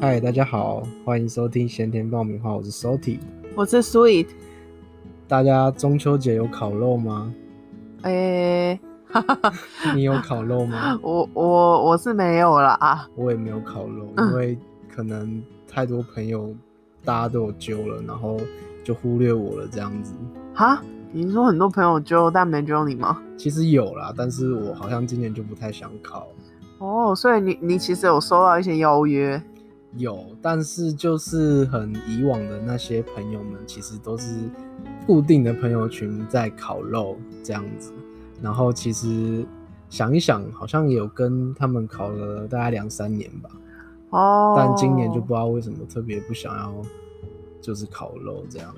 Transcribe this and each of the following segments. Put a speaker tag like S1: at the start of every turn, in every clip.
S1: 嗨，大家好，欢迎收听咸甜爆米花，我是 Soti。
S2: 我是 Sweet，
S1: 大家中秋节有烤肉吗？
S2: 哎、哈哈哈，
S1: 你有烤肉 吗？
S2: 我我我是没有啦啊，
S1: 我也没有烤肉，
S2: 嗯
S1: 因为可能太多朋友大家都有揪了，然后就忽略我了这样子。
S2: 哈，你是说很多朋友揪，但没揪你吗？
S1: 其实有啦，但是我好像今年就不太想烤。
S2: 哦，所以你你其实有收到一些邀约，
S1: 有，但是就是很以往的那些朋友们，其实都是固定的朋友群在烤肉这样子。然后其实想一想，好像有跟他们烤了大概两三年吧，
S2: 哦，
S1: 但今年就不知，道为什么特别不想要，就是烤肉这样，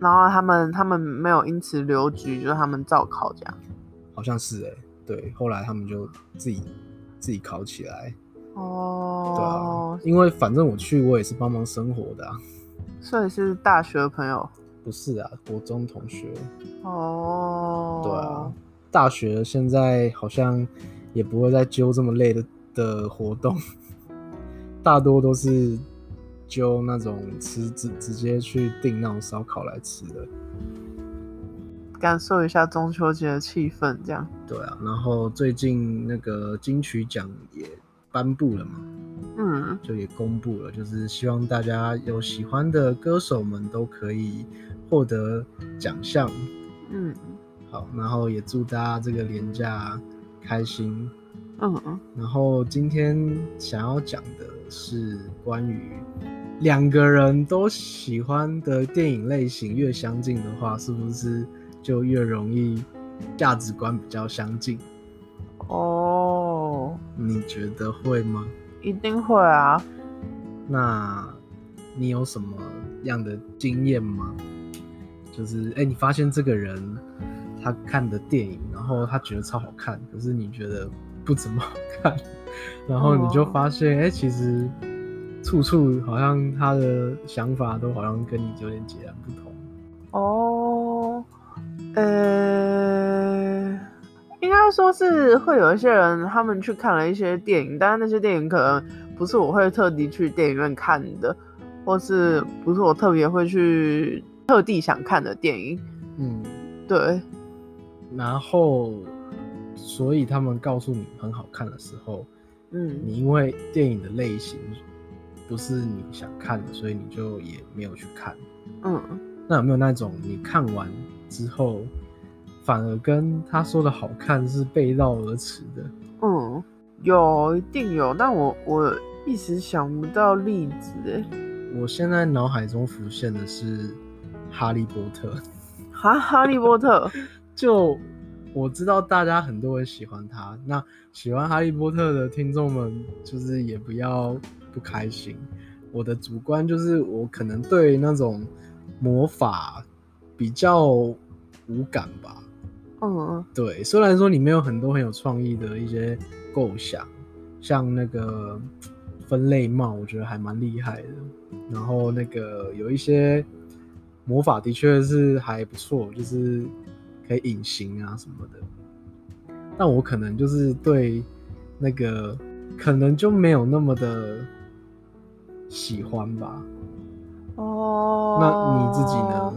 S2: 然后他们他们没有因此留局，就是他们照考这样，
S1: 好像是哎、对。后来他们就自己自己烤起来，对啊
S2: 哦，，
S1: 因为反正我去我也是帮忙生活的、啊，
S2: 所以是大学的朋友，
S1: 不是啊，国中同学。
S2: 哦，
S1: 对啊，大学现在好像也不会再揪这么累的的活动， 大多都是揪那种吃直直接去订那种烧烤来吃的。
S2: 感受一下中秋节的气氛这样，
S1: 对啊，然后最近那个金曲奖也颁布了嘛，
S2: 嗯，
S1: 就也公布了，就是希望大家有喜欢的歌手们都可以获得奖项。
S2: 嗯
S1: 好，然后也祝大家这个廉假开心，
S2: 嗯嗯，
S1: 然后今天想要讲的是关于两个人都喜欢的电影类型越相近的话，是不是就越容易价值观比较相近？
S2: 哦，
S1: 你觉得会吗？
S2: 一定会啊，
S1: 那你有什么样的经验吗？就是哎、诶你发现这个人他看的电影，然后他觉得超好看，可是你觉得不怎么好看， 然后你就发现哎、诶其实处处好像他的想法都好像跟你有点截然不同。
S2: 哦，呃，应该说是会有一些人，他们去看了一些电影，但是那些电影可能不是我会特地去电影院看的，或是不是我特别会去特地想看的电影。
S1: 嗯，
S2: 对，
S1: 然后所以他们告诉你很好看的时候，
S2: 嗯，
S1: 你因为电影的类型不是你想看的，所以你就也没有去看。
S2: 嗯，
S1: 那有没有那种你看完之后，反而跟他说的好看是背道而驰的？
S2: 嗯，有，一定有，但我我一时想不到例子欸诶。
S1: 我现在脑海中浮现的是《哈利波特》
S2: 哈，哈利波特，
S1: 就我知道大家很多人喜欢他，那喜欢《哈利波特》的听众们，就是也不要不开心。我的主观就是我可能对那种魔法比较无感吧，
S2: 嗯
S1: 对，虽然说里面有很多很有创意的一些构想，像那个嘖分类帽，我觉得还蛮厉害的。然后那个有一些魔法的确是还不错，就是可以隐形啊什么的。但我可能就是对那个可能就没有那么的喜欢吧。
S2: 哦，
S1: 那你自己呢？？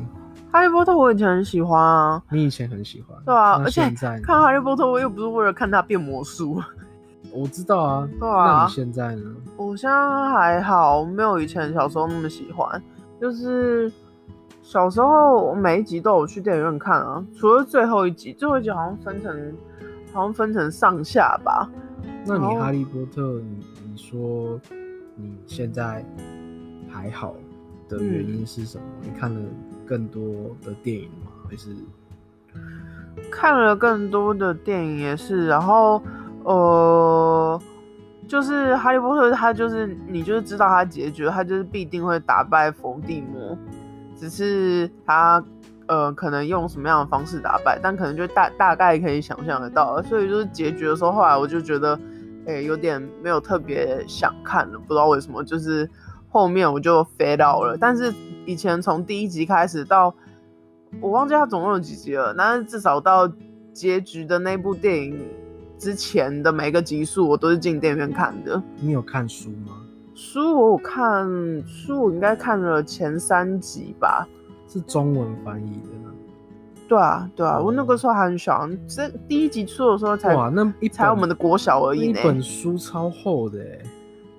S2: 哈利波特我以前很喜欢啊，
S1: 你以前很喜欢，
S2: 对啊，
S1: 那
S2: 而且
S1: 现在呢
S2: 看《哈利波特》，我又不是为了看他变魔术。
S1: 我知道啊，
S2: 对啊
S1: 那你现在呢？
S2: 我现在还好，没有以前小时候那么喜欢。就是小时候我每一集都有去电影院看啊，除了最后一集，最后一集好像分成好像分成上下吧。
S1: 那你
S2: 然后
S1: 哈利波特，你你说你现在还好的原因是什么？你看了更多的电影吗？还是
S2: 看了更多的电影也是，然后呃，就是《哈利波特》，他就是你就是知道他结局，他就是必定会打败伏地魔，只是他呃可能用什么样的方式打败，但可能就大大概可以想象得到，所以就是结局的时候，后来我就觉得，诶、有点没有特别想看了，不知道为什么，就是后面我就 fade out 了。但是以前从第一集开始到，我忘记它总共有几集了，但是至少到结局的那部电影之前的每个集数，我都是进电影院看的。
S1: 你有看书吗？
S2: 书我看书我应该看了前三集吧。
S1: 是中文翻译的呢。
S2: 对啊，对啊，
S1: 哦
S2: 我那个时候还很小，这第一集出的时候才
S1: 哇，那一
S2: 才
S1: 本
S2: 我们的国小而
S1: 那
S2: 已
S1: 一
S2: 呢。
S1: 本书超厚的欸，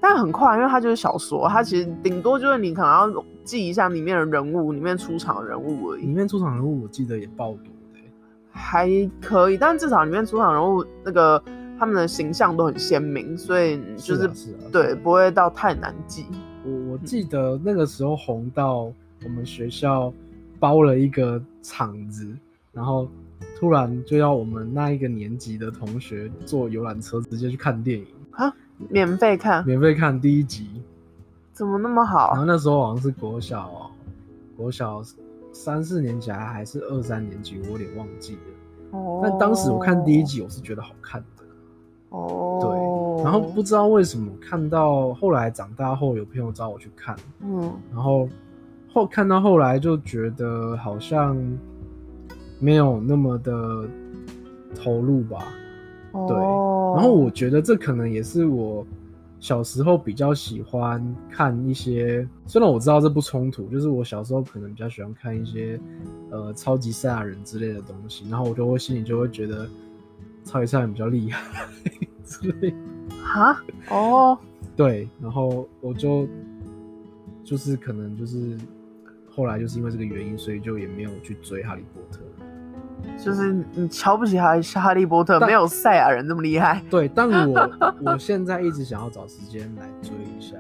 S2: 但很快，因为它就是小说，它其实顶多就是你可能要记一下里面的人物、里面出场的人物而
S1: 里
S2: 已，
S1: 面出场人物我记得也爆多的欸。
S2: 还可以。但至少里面出场人物那个他们的形象都很鲜明，所以就是
S1: 啊是啊，是啊
S2: 对不会到太难记。
S1: 我我记得那个时候红到我们学校包了一个场子，然后突然就要我们那一个年级的同学坐游览车直接去看电影，
S2: 免费看，
S1: 嗯免啊费看第一集。
S2: 怎么那么
S1: 然
S2: 好
S1: 后？那时候好像是国小、哦国小三四年级还是二三年级，我有点忘记了。
S2: 哦
S1: 但当时我看第一，集，我是觉得好看的。
S2: 哦，
S1: 然后不知道为什么看到后来长大后，有朋友找我去看，
S2: 嗯，
S1: 然后后看到后来就觉得好像没有那么的投入吧。对
S2: 哦
S1: 然后我觉得这可能也是我小时候比较喜欢看一些，虽然我知道这不冲突，就是我小时候可能比较喜欢看一些呃超级赛亚人之类的东西，然后我就会心里就会觉得超级赛亚人比较厉害之类的。
S2: 哈哦，
S1: 对，然后我就就是可能就是后来就是因为这个原因，所以就也没有去追哈利波特。
S2: 就是你瞧不起哈哈利波特，
S1: 但
S2: 没有赛亚人那么厉害。
S1: 对，但我我现在一直想要找时间来追一下。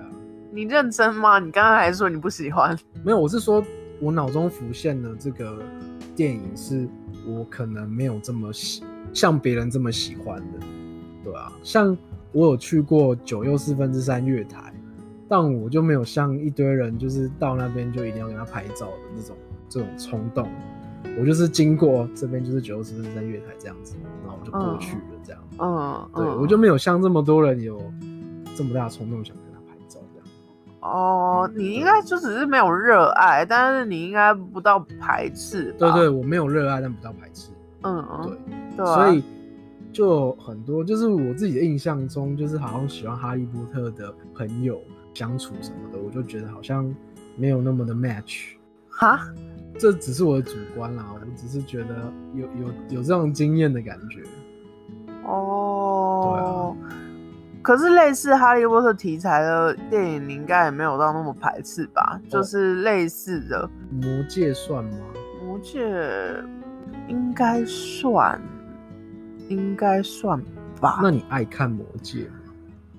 S2: 你认真吗？你刚刚还说你不喜欢，
S1: 没有，我是说我脑中浮现的这个电影是我可能没有这么喜，像别人这么喜欢的，对啊，像我有去过九又四分之三月台，但我就没有像一堆人就是到那边就一定要给他拍照的那种这种冲动，我就是经过这边就是九又四分之三月台这样子，然后我就过去了这样，
S2: 嗯，
S1: 对
S2: 嗯
S1: 我就没有像这么多人有这么大的冲动想跟他拍照这样。
S2: 哦，你应该就只是没有热爱，但是你应该不到排斥吧？
S1: 对对，我没有热爱，但不到排斥。
S2: 嗯嗯，
S1: 对，
S2: 对啊，
S1: 所以就很多，就是我自己的印象中，就是好像喜欢哈利波特的朋友相处什么的，我就觉得好像没有那么的 match。
S2: 哈，
S1: 这只是我的主观啦，我只是觉得有有有这种经验的感觉。
S2: 哦，
S1: 啊
S2: 可是类似哈利波特题材的电影，你应该也没有到那么排斥吧？就是类似的，
S1: 魔戒算吗？
S2: 魔戒应该算，应该算吧。
S1: 那你爱看魔戒吗？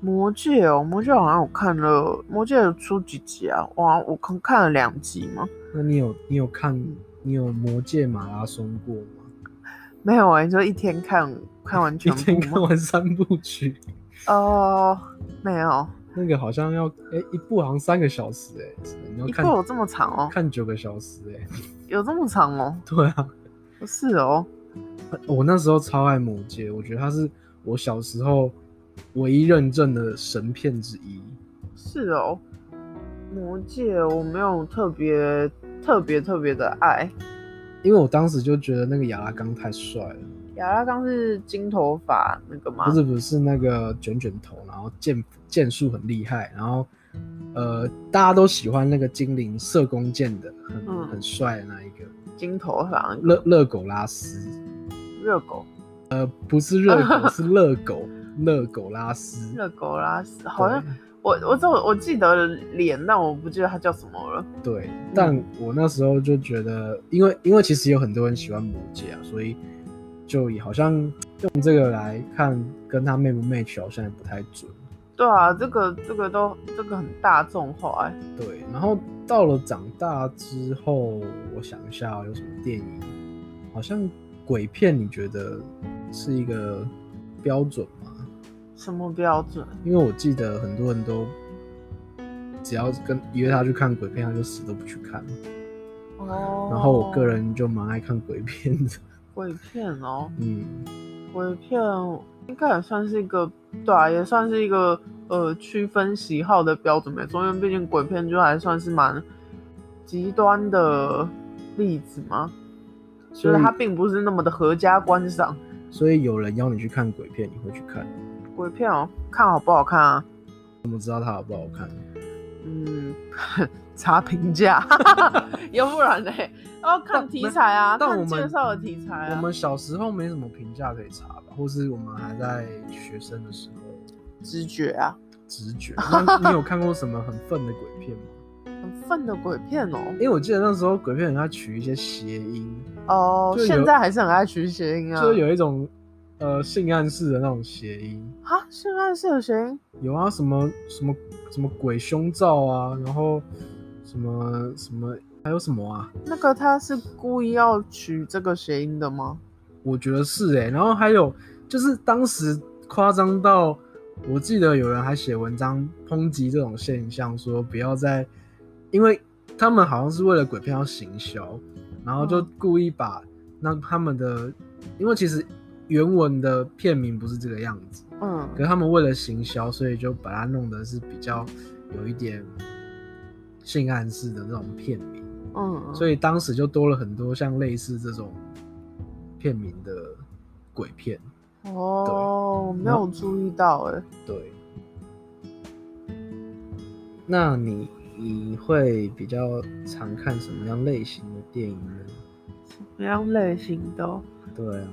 S2: 魔戒哦，魔戒好像我看了，魔戒有出几集啊？哇，我看看了两集吗？
S1: 那你有你有看你有魔戒马拉松过吗？
S2: 没有啊、你就一天看看 完
S1: 一
S2: 全
S1: 天
S2: 部
S1: 看
S2: 吗？
S1: 完三部曲，
S2: 哦、没有，
S1: 那个好像要哎、一部好像三个小时哎、是的你要
S2: 一部
S1: 看
S2: 有这么长哦，
S1: 看九个小时哎、
S2: 有这么长哦，
S1: 对啊，
S2: 不是哦，
S1: 我那时候超爱《魔戒》，我觉得它是我小时候唯一认证的神片之一。
S2: 是哦，魔戒我没有特别特别特别的爱，
S1: 因为我当时就觉得那个亚拉冈太帅了，
S2: 亚拉冈是金头发那个吗
S1: 不？是不是那个卷卷头，然后剑剑术很厉害，然后呃大家都喜欢那个精灵射弓箭的，很
S2: 嗯
S1: 很帅的那一个
S2: 金头发那个
S1: 热热狗拉斯，
S2: 热狗
S1: 不是热 狗是热狗热狗拉斯，
S2: 热狗啦，好像我我只有我记得脸，但我不记得他叫什么了。
S1: 对，但我那时候就觉得，因为因为其实有很多人喜欢魔戒啊，所以就也好像用这个来看跟他 match 不 match 好像也不太准。
S2: 对啊，这个这个都这个很大众化、欸，
S1: 对，然后到了长大之后，我想一下哦、有什么电影，好像鬼片你觉得是一个标准吗？
S2: 什么标准？
S1: 因为我记得很多人都只要跟约他去看鬼片，他就死都不去看。
S2: 哦
S1: 然后我个人就蛮爱看鬼片的，
S2: 鬼片哦，
S1: 嗯。
S2: 鬼片应该也算是一个，对啊，也算是一个呃区分喜好的标准没错，因为毕竟鬼片就还算是蛮极端的例子嘛，
S1: 所
S2: 就
S1: 以
S2: 是它并不是那么的合家观赏。
S1: 所以有人邀你去看鬼片，你会去看？
S2: 鬼片哦，看好不好看啊？
S1: 怎么知道它好不好看？
S2: 嗯，查评价， 要不然呢？要看题材啊，
S1: 但
S2: 看
S1: 我们
S2: 介绍的题材啊。
S1: 我们小时候没什么评价可以查吧，或是我们还在学生的时候，
S2: 直觉啊，
S1: 直觉。 那你有看过什么很愤的鬼片吗？
S2: 很愤的鬼片哦。
S1: 因为我记得那时候鬼片很爱取一些谐音，
S2: 哦，
S1: 就有
S2: 现在还是很爱取谐音啊。
S1: 就是有一种呃性暗示的那种谐音，
S2: 啊，现在是有谐音
S1: 有啊什么什么什么鬼胸罩啊，然后什么什么还有什么啊？
S2: 那个他是故意要取这个谐音的吗？
S1: 我觉得是哎、然后还有就是当时夸张到，我记得有人还写文章抨击这种现象，说不要再，因为他们好像是为了鬼片要行销，然后就
S2: 嗯
S1: 故意把那他们的，因为其实原文的片名不是这个样子，
S2: 嗯
S1: 可是他们为了行销，所以就把它弄得是比较有一点性暗示的那种片名。
S2: 嗯，
S1: 所
S2: 以
S1: 以当时就多了很多像类似这种片名的鬼片。
S2: 哦，我没有注意到哎、
S1: 对，那你你会比较常看什么样类型的电影呢？
S2: 什么样类型的哦？
S1: 对啊，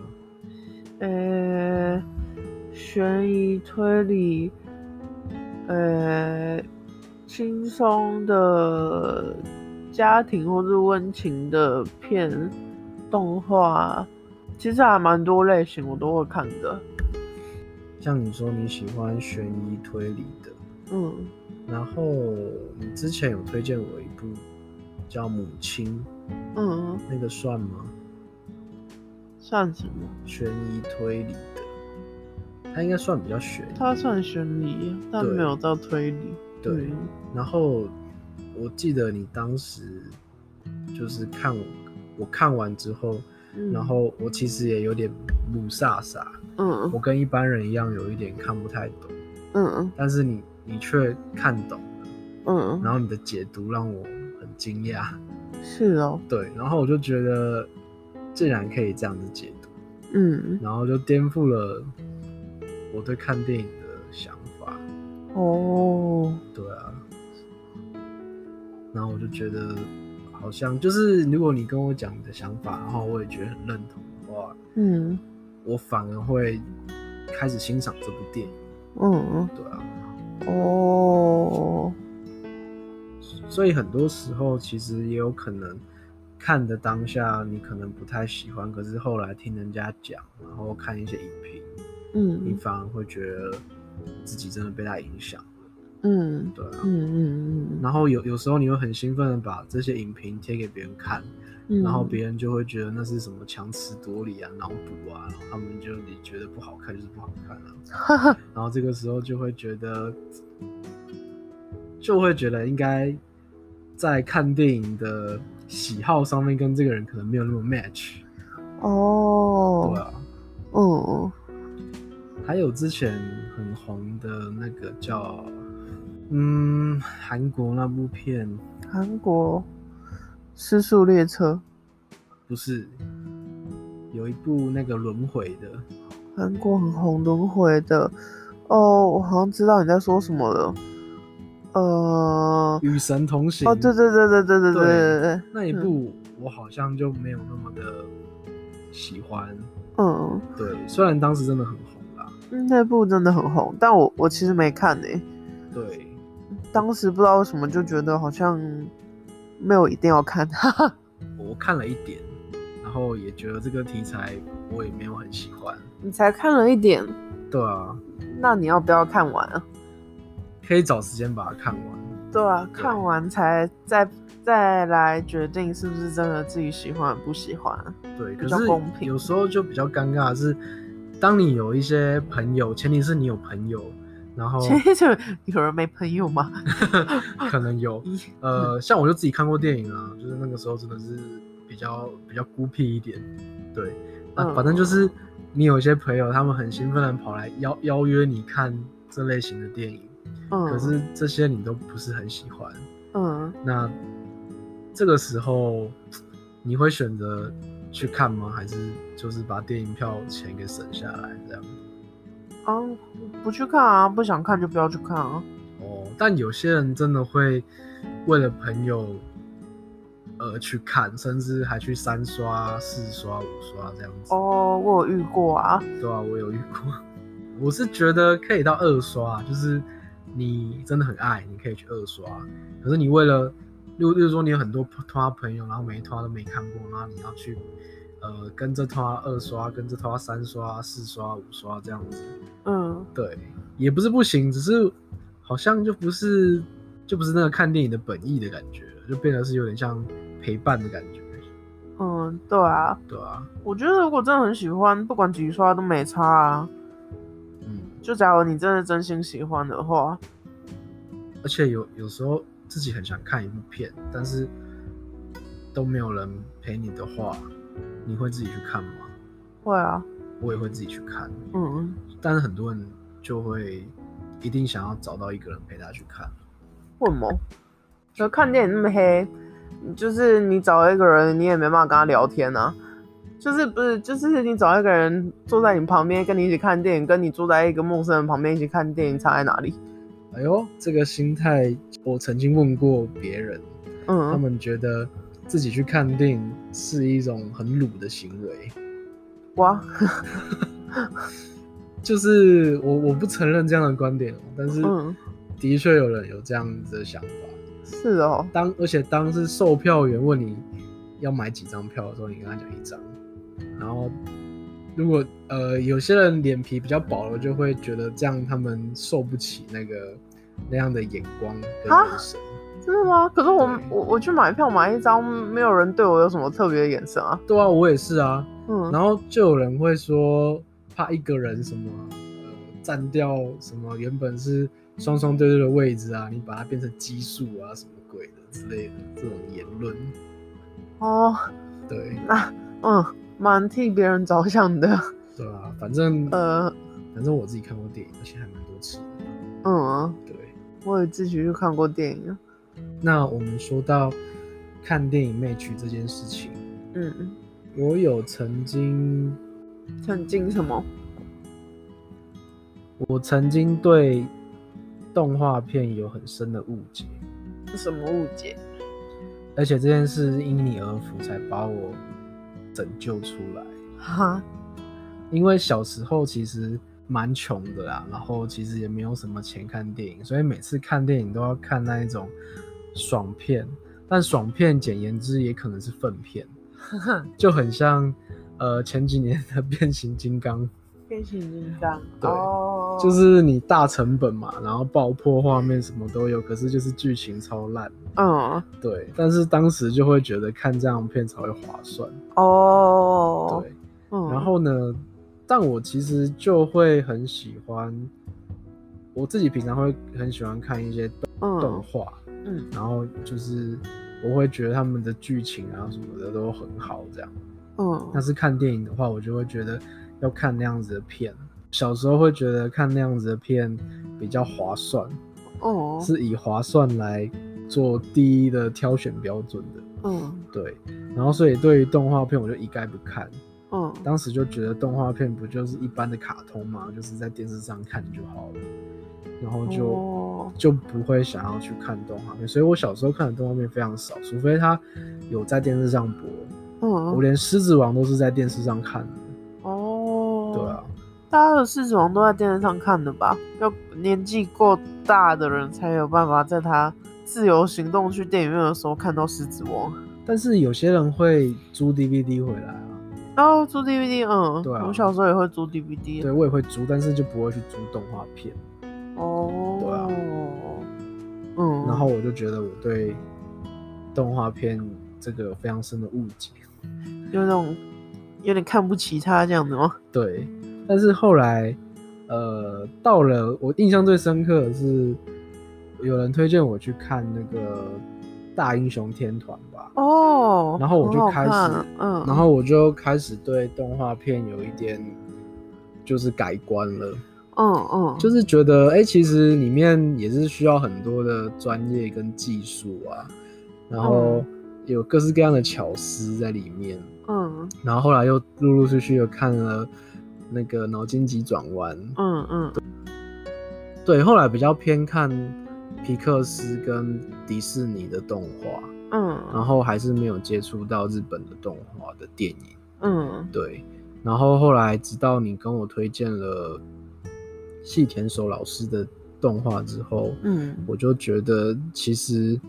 S2: 呃、悬疑推理，呃、轻松的家庭或是温情的片、动画，其实还蛮多类型我都会看的。
S1: 像你说你喜欢悬疑推理的，
S2: 嗯，
S1: 然后你之前有推荐我一部叫《母亲》，
S2: 嗯，
S1: 那个算吗？
S2: 算什么？
S1: 悬疑推理的，它应该算比较悬疑。
S2: 它算悬疑，但
S1: 对
S2: 没有到推理。
S1: 对
S2: 嗯
S1: 然后我记得你当时就是看我，我看完之后，
S2: 嗯
S1: 然后我其实也有点母萨萨，
S2: 嗯
S1: 我跟一般人一样有一点看不太懂，
S2: 嗯
S1: 但是你你却看懂了，
S2: 嗯，
S1: 然后你的解读让我很惊讶，
S2: 是哦，
S1: 对，然后我就觉得竟然可以这样子解读，
S2: 嗯
S1: 然后就颠覆了我对看电影的想法，
S2: 哦，
S1: 对啊，然后我就觉得好像就是，如果你跟我讲你的想法，然后我也觉得很认同的话，
S2: 嗯
S1: 我反而会开始欣赏这部电影，
S2: 嗯
S1: 对啊，
S2: 哦，
S1: 所以很多时候其实也有可能看的当下你可能不太喜欢，可是后来听人家讲，然后看一些影评，你
S2: 嗯
S1: 反而会觉得自己真的被他影响了，
S2: 嗯
S1: 对啊
S2: 嗯，嗯嗯
S1: 然后有有时候你会很兴奋的把这些影评贴给别人看。
S2: 嗯，
S1: 然后别人就会觉得那是什么强词夺理啊、脑补啊，然后他们就你觉得不好看就是不好看啊， 然后这个时候就会觉得，就会觉得应该在看电影的喜好上面跟这个人可能没有那么 match，对
S2: 哦，
S1: 啊。
S2: 嗯
S1: 还有之前很红的那个叫，嗯，韩国那部片
S2: 韩国失速列车，
S1: 不是有一部那个轮回的，
S2: 韩国很红轮回的，哦，我好像知道你在说什么了，呃，
S1: 与神同行。
S2: 哦，对对对对对对对对对，
S1: 那一部我好像就没有那么的喜欢。
S2: 嗯。
S1: 对，虽然当时真的很红啦，
S2: 嗯那部真的很红，但我我其实没看呢、
S1: 对，
S2: 当时不知道为什么就觉得好像没有一定要看，哈哈，
S1: 我看了一点，然后也觉得这个题材我也没有很喜欢。
S2: 你才看了一点，
S1: 对啊，
S2: 那你要不要看完啊？
S1: 可以找时间把它看完。
S2: 对啊，看完才再再来决定是不是真的自己喜欢不喜欢。
S1: 对，可
S2: 比较
S1: 是
S2: 公平
S1: 有时候就比较尴尬的是，当你有一些朋友，前提是你有朋友，然后
S2: 就有人没朋友吗？
S1: 可能 有
S2: 咦，
S1: 呃，像我就自己看过电影啊，就是那个时候真的是比较比较孤僻一点，对，啊，
S2: 嗯
S1: 反正就是你有一些朋友，他们很兴奋的跑来邀邀约你看这类型的电影，
S2: 嗯，
S1: 可是这些你都不是很喜欢，
S2: 嗯，
S1: 那这个时候你会选择去看吗？还是就是把电影票钱给省下来这样？
S2: 啊，不去看啊，不想看就不要去看啊。
S1: 哦，但有些人真的会为了朋友，呃，去看，甚至还去三刷、四刷、五刷这样子。
S2: 哦，我有遇过啊，
S1: 对啊，我有遇过。我是觉得可以到二刷，啊就是你真的很爱，你可以去二刷。啊可是你为了，就就是说你有很多拖朋友，然后每一拖都没看过，然后你要去，呃，跟着拖二刷，跟着拖三刷、四刷、五刷这样子。
S2: 嗯，
S1: 对，也不是不行，只是好像就不是就不是那个看电影的本意的感觉，就变得是有点像陪伴的感觉，
S2: 嗯，对啊，
S1: 对啊，
S2: 我觉得如果真的很喜欢，不管几刷都没差啊。
S1: 嗯。
S2: 就假如你真的真心喜欢的话，
S1: 而且有有时候自己很想看一部片，但是都没有人陪你的话，你会自己去看吗？
S2: 会啊，
S1: 我也会自己去看，
S2: 嗯，
S1: 但是很多人就会一定想要找到一个人陪他去看。
S2: 为什么？可是看电影那么黑，就是你找一个人，你也没办法跟他聊天啊。就是不是就是你找一个人坐在你旁边跟你一起看电影，跟你坐在一个陌生人旁边一起看电影差在哪里？
S1: 哎呦，这个心态我曾经问过别人，他
S2: 嗯，
S1: 们觉得自己去看电影是一种很鲁的行为。
S2: 哇，
S1: 就是我我不承认这样的观点哦，但是
S2: 嗯，
S1: 的确有人有这样子的想法。
S2: 是哦，
S1: 当而且当是售票员问你要买几张票的时候，你跟他讲一张，然后如果呃有些人脸皮比较薄了，就会觉得这样他们受不起那个那样的眼光跟
S2: 啊
S1: 眼神。
S2: 真的吗？可是我
S1: 对
S2: 我我去买票买一张，没有人对我有什么特别的眼神啊。
S1: 对啊，我也是啊。
S2: 嗯，
S1: 然后就有人会说怕一个人什么呃占掉什么原本是双双对对的位置啊，你把它变成奇数啊什么鬼的之类的这种言论，
S2: 哦，
S1: 对
S2: 嗯，蛮替别人着想的。
S1: 对啊，反正
S2: 呃，
S1: 反正我自己看过电影，而且还蛮多次的。
S2: 嗯，
S1: 对，
S2: 我也自己去看过电影。啊
S1: 那我们说到看电影 match 这件事情，
S2: 嗯，
S1: 我有曾经，
S2: 曾经什么？
S1: 我曾经对动画片有很深的误解，
S2: 什么误解？
S1: 而且这件事因你而服，才把我拯救出来。
S2: 哈，
S1: 因为小时候其实蛮穷的啦，然后其实也没有什么钱看电影，所以每次看电影都要看那一种爽片，但爽片简言之也可能是粪片，就很像呃前几年的变形金刚，
S2: 变形金刚。
S1: 嗯对
S2: 哦
S1: 就是你大成本嘛，然后爆破画面什么都有，可是就是剧情超烂，
S2: 嗯，
S1: 对，但是当时就会觉得看这样的片才会划算，
S2: 哦，
S1: 对。
S2: 嗯，
S1: 然后呢，但我其实就会很喜欢，我自己平常会很喜欢看一些动动
S2: 嗯
S1: 画，
S2: 嗯
S1: 然后就是我会觉得他们的剧情啊什么的都很好这样。
S2: 嗯
S1: 但是看电影的话，我就会觉得要看那样子的片。小时候会觉得看那样子的片比较划算，
S2: 哦
S1: 是以划算来做第一的挑选标准的。
S2: 嗯
S1: 对，然后所以对于动画片我就一概不看。
S2: 嗯
S1: 当时就觉得动画片不就是一般的卡通嘛，就是在电视上看就好了，然后就、
S2: 哦
S1: 就不会想要去看动画片，所以我小时候看的动画片非常少，除非它有在电视上播。
S2: 嗯
S1: 我连《狮子王》都是在电视上看的，
S2: 哦，
S1: 对啊，
S2: 大家的狮子王都在电视上看的吧？要年纪够大的人才有办法在他自由行动去电影院的时候看到狮子王。
S1: 但是有些人会租 DVD 回来啊，
S2: 然后租 DVD，嗯，
S1: 对啊
S2: 我小时候也会租 DVD，
S1: 对我也会租，但是就不会去租动画片。
S2: 哦，
S1: 对啊
S2: 嗯，
S1: 然后我就觉得我对动画片这个有非常深的误解。
S2: 有那种有点看不起他这样子吗？
S1: 对，但是后来，呃，到了我印象最深刻的是，有人推荐我去看那个《大英雄天团》吧，
S2: 哦，
S1: 然后我就
S2: 很好
S1: 开始
S2: 看嗯，
S1: 然后我就开始对动画片有一点就是改观了，
S2: 嗯嗯，
S1: 就是觉得哎、诶其实里面也是需要很多的专业跟技术啊，然后有各式各样的巧思在里面，
S2: 嗯
S1: 然后后来又陆陆续续又看了那个《脑筋急转弯》。
S2: 嗯嗯
S1: 对，后来比较偏看皮克斯跟迪士尼的动画，然
S2: 嗯
S1: 后还是没有接触到日本的动画的电影。
S2: 嗯
S1: 对，然后后来直到你跟我推荐了细田守老师的动画之后，
S2: 嗯，
S1: 我就觉得其实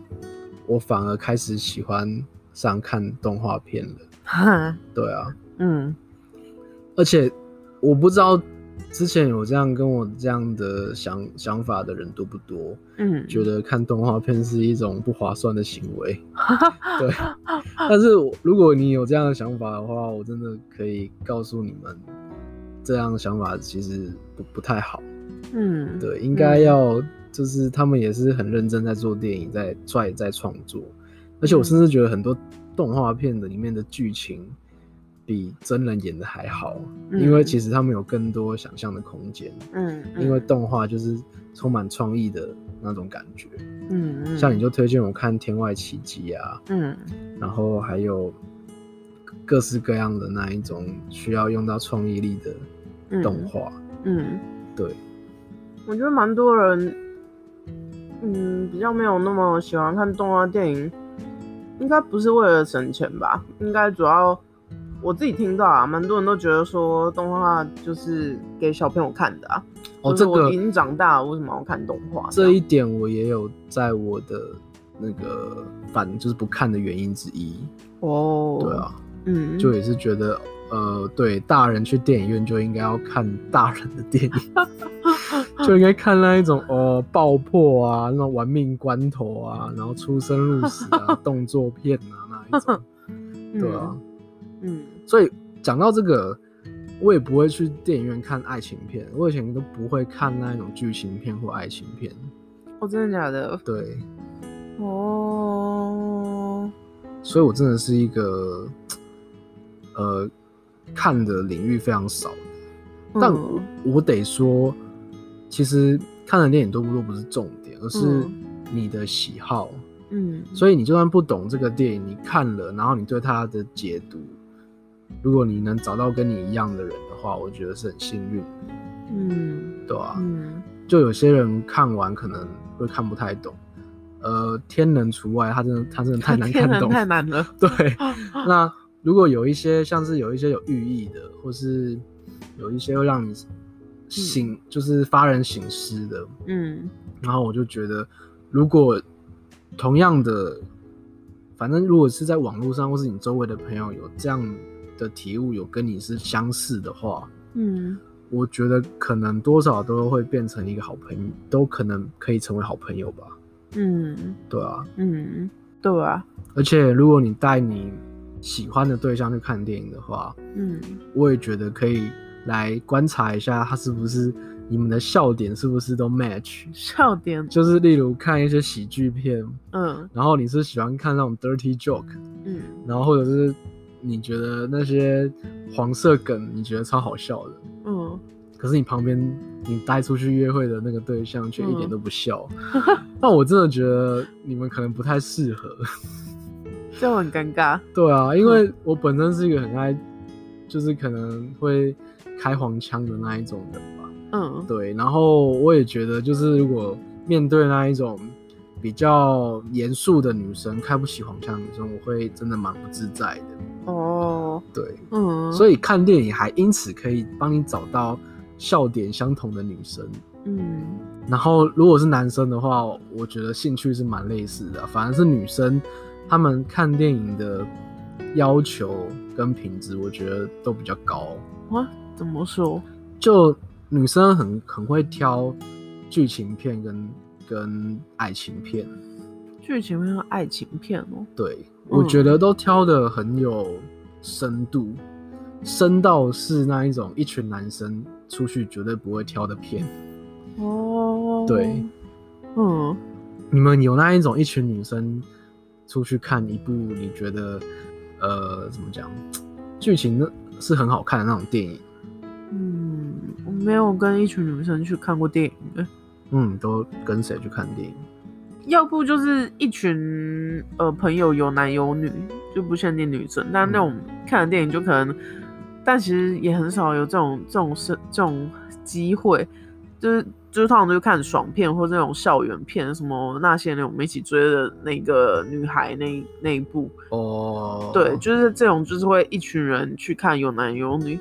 S1: 我反而开始喜欢上看动画片了。
S2: 哈
S1: 对啊，
S2: 嗯
S1: 而且我不知道之前有这样跟我这样的想想法的人多不多，
S2: 嗯，
S1: 觉得看动画片是一种不划算的行 为。对，但是我如果你有这样的想法的话，我真的可以告诉你们，这样的想法其实不不太好。
S2: 嗯
S1: 对，应该
S2: 嗯
S1: 要就是他们也是很认真在做电影，在在在创作，而且我
S2: 嗯
S1: 甚至觉得很多动画片的里面的剧情比真人演的还好，因为
S2: 嗯
S1: 其实他们有更多想象的空间，
S2: 嗯，
S1: 因为
S2: 嗯
S1: 动画就是充满创意的那种感觉。
S2: 嗯嗯
S1: 像你就推荐我看《天外奇迹》啊，
S2: 嗯
S1: 然后还有各式各样的那一种需要用到创意力的动
S2: 嗯
S1: 画，
S2: 嗯，
S1: 对，
S2: 我觉得蛮多人，嗯，比较没有那么喜欢看动画电影，应该不是为了省钱吧？应该主要我自己听到啊，蛮多人都觉得说动画就是给小朋友看的啊。
S1: 哦，
S2: 就
S1: 这
S2: 是我
S1: 个
S2: 已经长大了，为什么要看动画？
S1: 这一点我也有在我的那个反就是不看的原因之一。
S2: 哦，
S1: 对，啊，
S2: 嗯，
S1: 就也是觉得呃，对，大人去电影院就应该要看大人的电影， 就应该看那一种呃爆破啊，那种玩命关头啊，然后出生入死 啊，动作片啊那一种，对啊。
S2: 嗯，
S1: 所以讲到这个，我也不会去电影院看爱情片，我以前都不会看那一种剧情片或爱情片。
S2: 嗯，哦，真的假的？
S1: 对，
S2: 哦，
S1: 所以我真的是一个呃看的领域非常少，但我,、
S2: 嗯
S1: 我得说，其实看的电影多不多不是重点，而是
S2: 嗯
S1: 你的喜好。
S2: 嗯，
S1: 所以你就算不懂这个电影，你看了，然后你对它的解读，如果你能找到跟你一样的人的话，我觉得是很幸运，
S2: 嗯
S1: 对吧、啊
S2: 嗯
S1: 就有些人看完可能会看不太懂，呃，天能除外，他 真的他真的太难
S2: 天
S1: 看
S2: 人
S1: 懂，
S2: 太难了。
S1: 对，那如果有一些像是有一些有寓意的，或是有一些会让你醒，就是发人省思的，
S2: 嗯
S1: 然后我就觉得，如果同样的，反正如果是在网络上或是你周围的朋友有这样的体悟，有跟你是相似的话，
S2: 嗯
S1: 我觉得可能多少都会变成一个好朋友，都可能可以成为好朋友吧，
S2: 嗯
S1: 对啊，
S2: 嗯，对啊，
S1: 而且如果你带你喜欢的对象去看电影的话，
S2: 嗯
S1: 我也觉得可以来观察一下，他是不是你们的笑点是不是都 match。
S2: 笑点，
S1: 就是例如看一些喜剧片，
S2: 嗯
S1: 然后你是喜欢看那种 dirty joke，
S2: 嗯
S1: 然后或者是你觉得那些黄色梗你觉得超好笑的，
S2: 嗯，
S1: 可是你旁边你带出去约会的那个对象却一点
S2: 嗯
S1: 都不 笑，那我真的觉得你们可能不太适合。
S2: 就很尴尬。
S1: 对啊，因
S2: 嗯
S1: 为我本身是一个很爱，就是可能会开黄腔的那一种人吧。
S2: 嗯
S1: 对，然后我也觉得，就是如果面对那一种比较严肃的女生，开不起黄腔的女生，我会真的蛮不自在的。
S2: 哦，
S1: 对，
S2: 嗯，
S1: 所
S2: 以
S1: 以看电影还因此可以帮你找到笑点相同的女生。
S2: 嗯
S1: 然后如果是男生的话，我觉得兴趣是蛮类似的，反而是女生她们看电影的要求跟品质，我觉得都比较高。
S2: 哇，怎么说？
S1: 就女生很很会挑剧情片跟跟爱情片，
S2: 剧情片和爱情片哦，
S1: 对、我觉得都挑的很有深度，深到是那一种一群男生出去绝对不会挑的片。
S2: 哦，
S1: 对，
S2: 嗯
S1: 你们有那一种一群女生出去看一部你觉得呃怎么讲，剧情是很好看的那种电影，
S2: 嗯，我没有跟一群女生去看过电影欸
S1: 嗯，都跟谁去看电影？
S2: 要不就是一群呃朋友有男有女，就不限定女生，但那种看的电影就可能，但其实也很少有这种这种是这种机会，就是就是通常都是看爽片或这种校园片，什么那些年我们一起追的那个女孩那那一部，
S1: 哦，
S2: 对，就是这种，就是会一群人去看有男有女，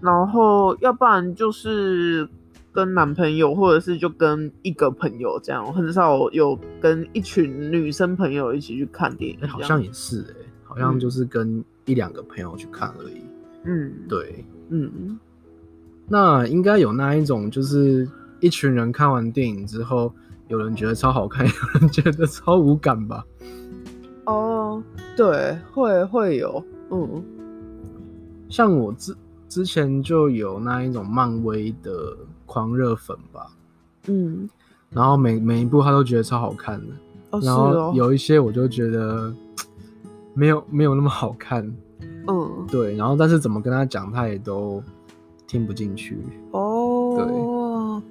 S2: 然后要不然就是跟男朋友，或者是就跟一个朋友这样，我很少有跟一群女生朋友一起去看电影
S1: 哎、
S2: 这样。
S1: 好像也是哎、好像
S2: 嗯
S1: 就是跟一两个朋友去看而已。
S2: 嗯，
S1: 对，
S2: 嗯，
S1: 那应该有那一种，就是一群人看完电影之后，有人觉得超好看，有人觉得超无感吧？
S2: 哦，对，会会有，嗯
S1: 像我之之前就有那一种漫威的狂热粉吧，
S2: 嗯，
S1: 然后每每一部他都觉得超好看的，
S2: 哦是
S1: 然
S2: 哦
S1: 后，有一些我就觉得没有没有那么好看，
S2: 嗯
S1: 对，然后但是怎么跟他讲，他也都听不进去。
S2: 哦，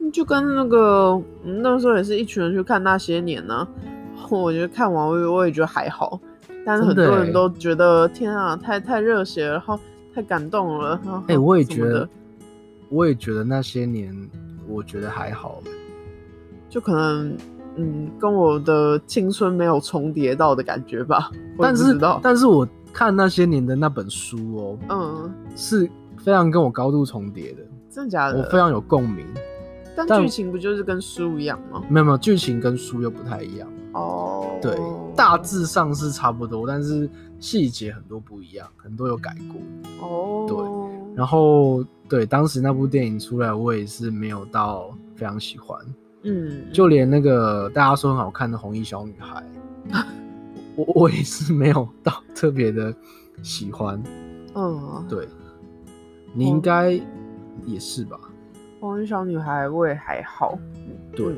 S2: 对，就跟那个嗯那时候也是一群人去看那些年呢、 我觉得看完我也我也觉得还好，但是很
S1: 真
S2: 多
S1: 的欸
S2: 人都觉得天啊，太太热血了，然后太感动了，然后
S1: 哎、我也
S2: 什
S1: 觉
S2: 么的
S1: 得，我也觉得那些年，我觉得还好。
S2: 就可能嗯跟我的青春没有重叠到的感觉吧，我也
S1: 但
S2: 不
S1: 是
S2: 知道，
S1: 但是我看那些年的那本书哦，
S2: 嗯，
S1: 是非常跟我高度重叠的，
S2: 真的假
S1: 我
S2: 的？
S1: 非常有共鸣。
S2: 但
S1: 但
S2: 剧情不就是跟书一样吗？
S1: 没有没有，剧情跟书又不太一样，
S2: 哦，
S1: 对，大致上是差不多，但是细节很多不一样，很多有改过。
S2: 哦，
S1: 对然后对，当时那部电影出来，我也是没有到非常喜欢，
S2: 嗯，
S1: 就连那个大家说很好看的《红衣小女孩》我，我我也是没有到 特别的喜欢。
S2: 嗯，
S1: 对，你应该也是吧？
S2: 红衣小女孩我也还好，
S1: 对，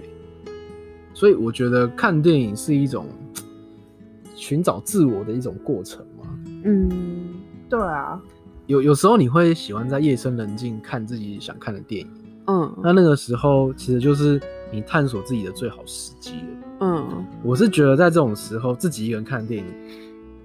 S1: 所以我觉得看电影是一种寻找自我的一种过程嘛。
S2: 嗯，对啊，
S1: 有有时候你会喜欢在夜深人静看自己想看的电影，
S2: 嗯
S1: 那那个时候其实就是你探索自己的最好时机了。
S2: 嗯
S1: 我是觉得在这种时候自己一个人看电影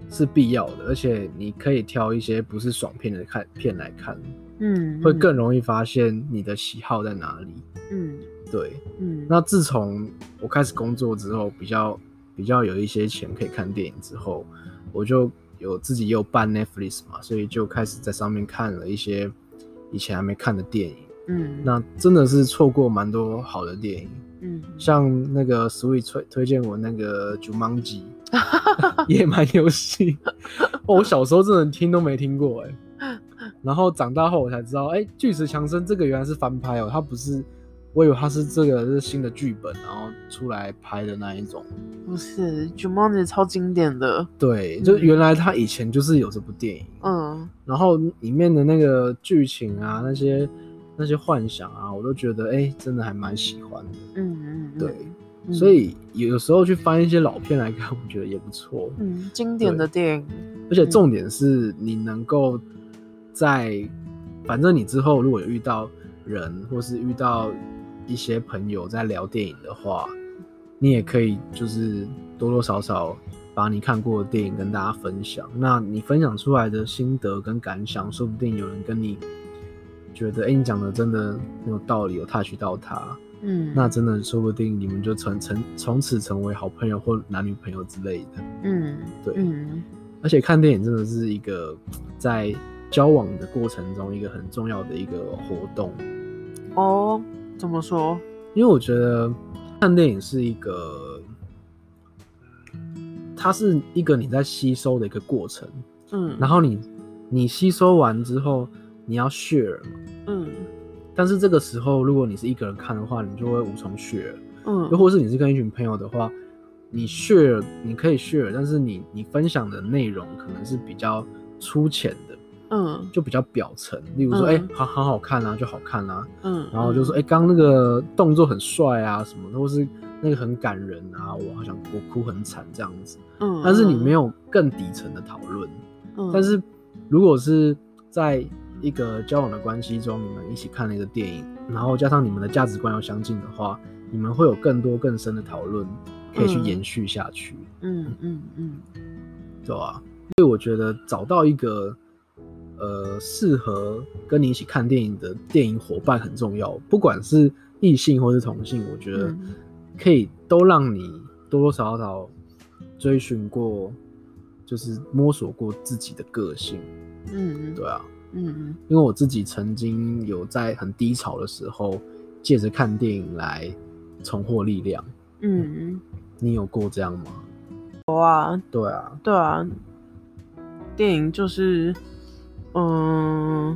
S1: 是必要的，而且你可以挑一些不是爽片的看片来看，
S2: 嗯，
S1: 会更容易发现你的喜好在哪里。
S2: 嗯
S1: 对，
S2: 嗯
S1: 那自从我开始工作之后，比较比较有一些钱可以看电影之后，我就有自己也有办 Netflix 嘛，所以就开始在上面看了一些以前还没看的电影。
S2: 嗯
S1: 那真的是错过蛮多好的电影，
S2: 嗯
S1: 像那个 Sweet 推推荐我那个《Jumanji》野蛮游戏，哦我小时候真的听都没听过哎、然后长大后我才知道，哎、巨石强森这个原来是翻拍哦，它不是，我以为它是这个是新的剧本，然后出来拍的那一种。
S2: 不是《Jumanji》超经典的，
S1: 对，就
S2: 嗯
S1: 原来他以前就是有这部电影，
S2: 嗯
S1: 然后里面的那个剧情啊，那些那些幻想啊，我都觉得哎、真的还蛮喜欢的。
S2: 嗯嗯，
S1: 对，
S2: 嗯
S1: 所以有时候去翻一些老片来看，我觉得也不错。
S2: 嗯，经典的电影，
S1: 而且重点是你能够在，反正你之后如果有遇到人或是遇到一些朋友在聊电影的话，你也可以就是多多少少把你看过的电影跟大家分享。那你分享出来的心得跟感想，说不定有人跟你觉得，哎、你讲的真的很有道理，有 touch 到他，
S2: 嗯，
S1: 那真的说不定你们就成成从此成为好朋友或男女朋友之类的。
S2: 嗯
S1: 对
S2: 嗯
S1: 而且看电影真的是一个在交往的过程中一个很重要的一个活动，
S2: 哦，怎么说？
S1: 因为我觉得看电影是一个，它是一个你在吸收的一个过程，
S2: 嗯，
S1: 然后你你吸收完之后你要 share 嘛，
S2: 嗯
S1: 但是这个时候如果你是一个人看的话，你就会无从 share，
S2: 嗯
S1: 又，或是你是跟一群朋友的话，你 share 你可以 share，但是你你分享的内容可能是比较粗浅的。
S2: 嗯
S1: 就比较表层，例如说，
S2: 嗯
S1: 哎、好好好看啊，就好看啊，
S2: 嗯，
S1: 然后就说，哎、刚刚那个动作很帅啊，什么的，或是那个很感人啊，我好想我哭很惨这样子，
S2: 嗯，
S1: 但是你没
S2: 有，
S1: 有更底层的讨论。
S2: 嗯
S1: 但是如果是在一个交往的关系中，你们一起看了一个电影，然后加上你们的价值观要相近的话，你们会有更多更深的讨论，可以去
S2: 嗯
S1: 延续下去。
S2: 嗯嗯嗯
S1: 对啊？所以我觉得找到一个呃适合跟你一起看电影的电影伙伴很重要，不管是异性或是同性，我觉得
S2: 嗯
S1: 可以都让你多多少少追寻过，就是摸索过自己的个性，
S2: 嗯
S1: 对啊，
S2: 嗯
S1: 因为我自己曾经有在很低潮的时候，借着看电影来重获力量。
S2: 嗯嗯，
S1: 你有过这样吗？
S2: 有啊，
S1: 对啊，
S2: 对啊，电影就是，嗯、